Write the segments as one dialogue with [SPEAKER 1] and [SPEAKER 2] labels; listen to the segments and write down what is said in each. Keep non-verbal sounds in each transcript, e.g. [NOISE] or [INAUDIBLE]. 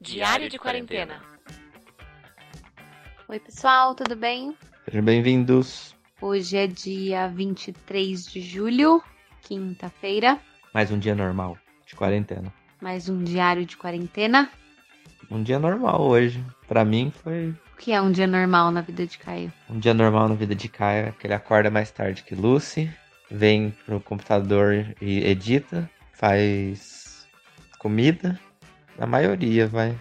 [SPEAKER 1] Diário de quarentena.
[SPEAKER 2] Oi, pessoal, tudo bem?
[SPEAKER 3] Sejam bem-vindos.
[SPEAKER 2] Hoje é dia 23 de julho, quinta-feira.
[SPEAKER 3] Mais um dia normal de quarentena.
[SPEAKER 2] Mais um diário de quarentena.
[SPEAKER 3] Um dia normal hoje. Pra mim foi
[SPEAKER 2] O que é um dia normal na vida de Caio?
[SPEAKER 3] um dia normal na vida de Caio, é que ele acorda mais tarde que Lucy, vem pro computador e edita, faz comida. Na maioria, vai.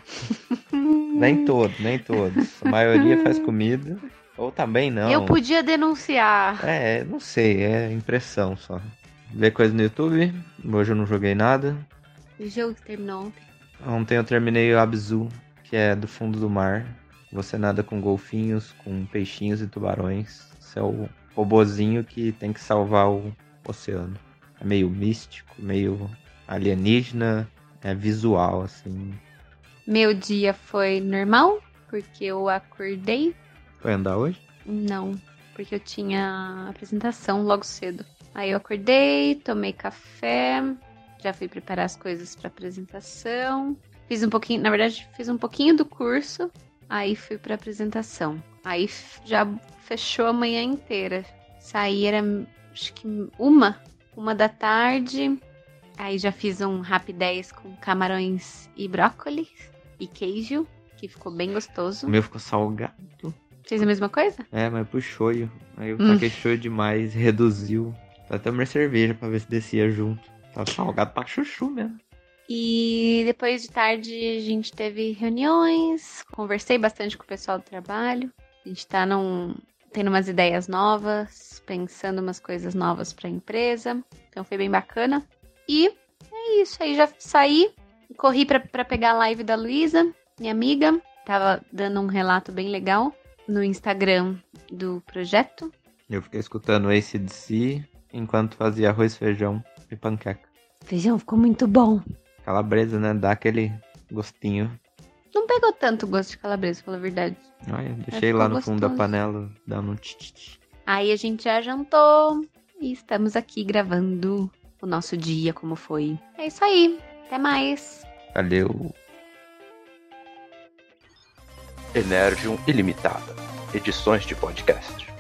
[SPEAKER 3] Nem todos, nem todos. A maioria faz comida. Ou também não.
[SPEAKER 2] Eu podia denunciar.
[SPEAKER 3] É, não sei, é impressão só. Ver coisa no YouTube. Hoje eu não joguei nada.
[SPEAKER 2] O jogo que terminou ontem.
[SPEAKER 3] Ontem eu terminei o Abzu, que é do fundo do mar. Você nada com golfinhos, com peixinhos e tubarões. Você é o robozinho que tem que salvar o oceano. É meio místico, meio alienígena, é visual, assim.
[SPEAKER 2] Meu dia foi normal, porque eu acordei.
[SPEAKER 3] Foi andar hoje?
[SPEAKER 2] Não, porque eu tinha apresentação logo cedo. Aí eu acordei, tomei café, já fui preparar as coisas pra apresentação. Fiz um pouquinho, na verdade, fiz um pouquinho do curso, aí fui pra apresentação. Aí f- já fechou a manhã inteira. Saí era acho que uma, uma da tarde. Aí já fiz um rap 10 com camarões e brócolis e queijo, que ficou bem
[SPEAKER 3] O
[SPEAKER 2] gostoso.
[SPEAKER 3] meu ficou salgado.
[SPEAKER 2] Fez a mesma coisa?
[SPEAKER 3] É, mas puxou. Aí eu
[SPEAKER 2] Hum.
[SPEAKER 3] taquei shoyu demais, [LAUGHS] reduziu. Só tomei cerveja pra ver se descia junto. Tava salgado pra chuchu mesmo.
[SPEAKER 2] E depois de tarde a gente teve reuniões, conversei bastante com o pessoal do trabalho. A gente tá num, tendo umas ideias novas, pensando umas coisas novas pra empresa. Então foi bem bacana. E é isso, aí já saí, corri pra- pra pegar a live da Luísa, minha amiga. Tava dando um relato bem legal no Instagram do projeto.
[SPEAKER 3] Eu fiquei escutando Ace DC enquanto fazia arroz, feijão e panqueca.
[SPEAKER 2] Feijão, ficou muito bom.
[SPEAKER 3] Calabresa, né? Dá aquele gostinho.
[SPEAKER 2] Não pegou tanto gosto de calabresa, pela verdade.
[SPEAKER 3] Olha, deixei
[SPEAKER 2] É, ficou
[SPEAKER 3] lá no fundo da
[SPEAKER 2] gostoso.
[SPEAKER 3] panela, dando um tch
[SPEAKER 2] Aí a gente já jantou e estamos aqui gravando o nosso dia, como foi. É isso aí. Até mais.
[SPEAKER 3] Valeu.
[SPEAKER 4] Energium Ilimitada. Edições de podcast.